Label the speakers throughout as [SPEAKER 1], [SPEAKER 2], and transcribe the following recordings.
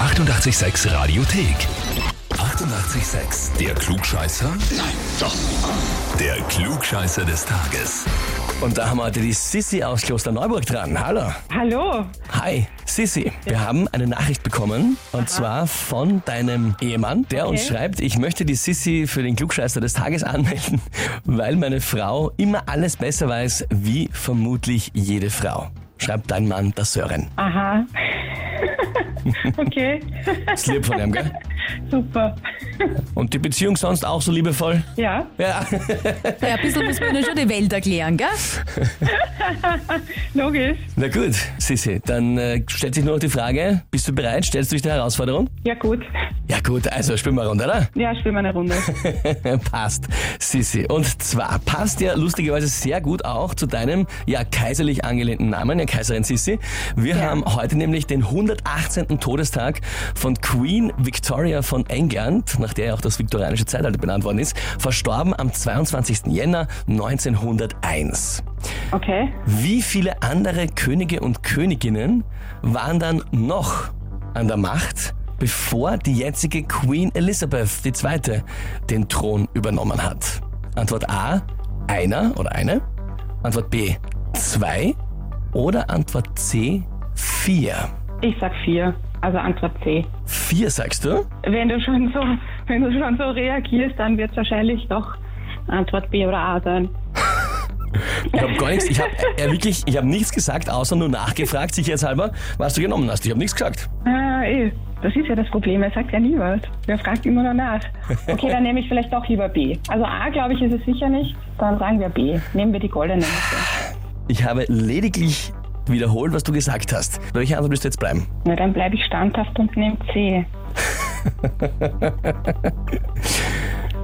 [SPEAKER 1] 886 Radiothek. 88,6. Der Klugscheißer? Nein, doch. Der Klugscheißer des Tages.
[SPEAKER 2] Und da haben wir heute die Sissi aus Klosterneuburg dran. Hallo.
[SPEAKER 3] Hallo.
[SPEAKER 2] Hi, Sissi. Wir haben eine Nachricht bekommen und zwar von deinem Ehemann, der uns schreibt, ich möchte die Sissi für den Klugscheißer des Tages anmelden, weil meine Frau immer alles besser weiß, wie vermutlich jede Frau. Schreibt dein Mann, der Sören.
[SPEAKER 3] Aha. okay.
[SPEAKER 2] Ist lieb von ihm, gell?
[SPEAKER 3] Super.
[SPEAKER 2] Und die Beziehung sonst auch so liebevoll?
[SPEAKER 3] Ja,
[SPEAKER 2] Ja.
[SPEAKER 4] Ja, ein bisschen müssen wir nur schon die Welt erklären, gell?
[SPEAKER 3] logisch.
[SPEAKER 2] Na gut, Sissi, dann äh, stellt sich nur noch die Frage, bist du bereit? Stellst du dich der Herausforderung?
[SPEAKER 3] Ja, gut.
[SPEAKER 2] Ja gut, also spielen wir runter, oder?
[SPEAKER 3] Ja, spielen wir eine Runde.
[SPEAKER 2] passt, Sissi. Und zwar passt ja lustigerweise sehr gut auch zu deinem ja kaiserlich angelehnten Namen, ja Kaiserin Sissi. Wir haben heute nämlich den 118. Todestag von Queen Victoria von England, nach der ja auch das viktorianische Zeitalter benannt worden ist, verstorben am 22. Jänner 1901.
[SPEAKER 3] Okay.
[SPEAKER 2] Wie viele andere Könige und Königinnen waren dann noch an der Macht, bevor die jetzige Queen Elizabeth II. den Thron übernommen hat? Antwort A, einer oder eine. Antwort B, zwei. Oder Antwort C, vier.
[SPEAKER 3] Ich sag vier. Also Antwort C.
[SPEAKER 2] Vier sagst du?
[SPEAKER 3] Wenn du schon so, wenn du schon so reagierst, dann wird es wahrscheinlich doch Antwort B oder A sein.
[SPEAKER 2] Ich habe gar nichts, ich habe äh, wirklich, ich habe nichts gesagt, außer nur nachgefragt, sicherheitshalber, was du genommen hast. Ich habe nichts gesagt.
[SPEAKER 3] Ah, eh. Das ist ja das Problem. Er sagt ja nie was. Er fragt immer nur nach. Okay, dann nehme ich vielleicht doch lieber B. Also A, glaube ich, ist es sicher nicht. Dann sagen wir B. Nehmen wir die goldene.
[SPEAKER 2] Ich habe lediglich wiederholt, was du gesagt hast. Welche Antwort wirst du jetzt bleiben?
[SPEAKER 3] Na, dann bleibe ich standhaft und nehme C.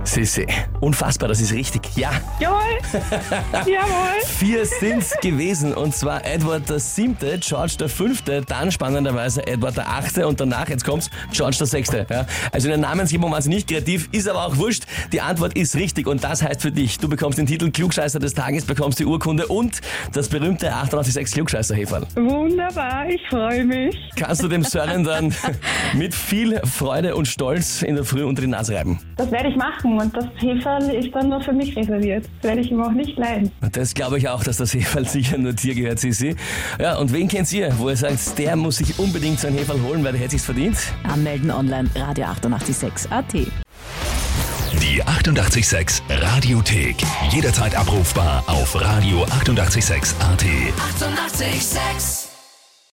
[SPEAKER 2] Sissi. Unfassbar, das ist richtig. Ja,
[SPEAKER 3] Jawohl! Jawohl!
[SPEAKER 2] vier sind's gewesen. Und zwar Edward der Siebte, George der Fünfte, dann spannenderweise Edward der Achte und danach, jetzt kommt's, George der Sechste. Ja, also in der Namensgebung waren sie nicht kreativ, ist aber auch wurscht. Die Antwort ist richtig und das heißt für dich, du bekommst den Titel Klugscheißer des Tages, bekommst die Urkunde und das berühmte 886 klugscheißer -Häferl.
[SPEAKER 3] Wunderbar, ich freue mich.
[SPEAKER 2] Kannst du dem Sören dann mit viel Freude und Stolz in der Früh unter die Nase reiben.
[SPEAKER 3] Das werde ich machen und das Heferl ist dann nur für mich reserviert. Das werde ich ihm auch nicht leiden.
[SPEAKER 2] Das glaube ich auch, dass das Heferl sicher nur dir gehört, Sissi. Ja, und wen kennt ihr, wo ihr sagt, der muss sich unbedingt so ein Heferl holen, weil der hätte sich's verdient?
[SPEAKER 4] Anmelden online, radio 886 AT.
[SPEAKER 1] Die 88,6 Radiothek. Jederzeit abrufbar auf radio886.at. 88,6.
[SPEAKER 5] Eighty-eight, sex.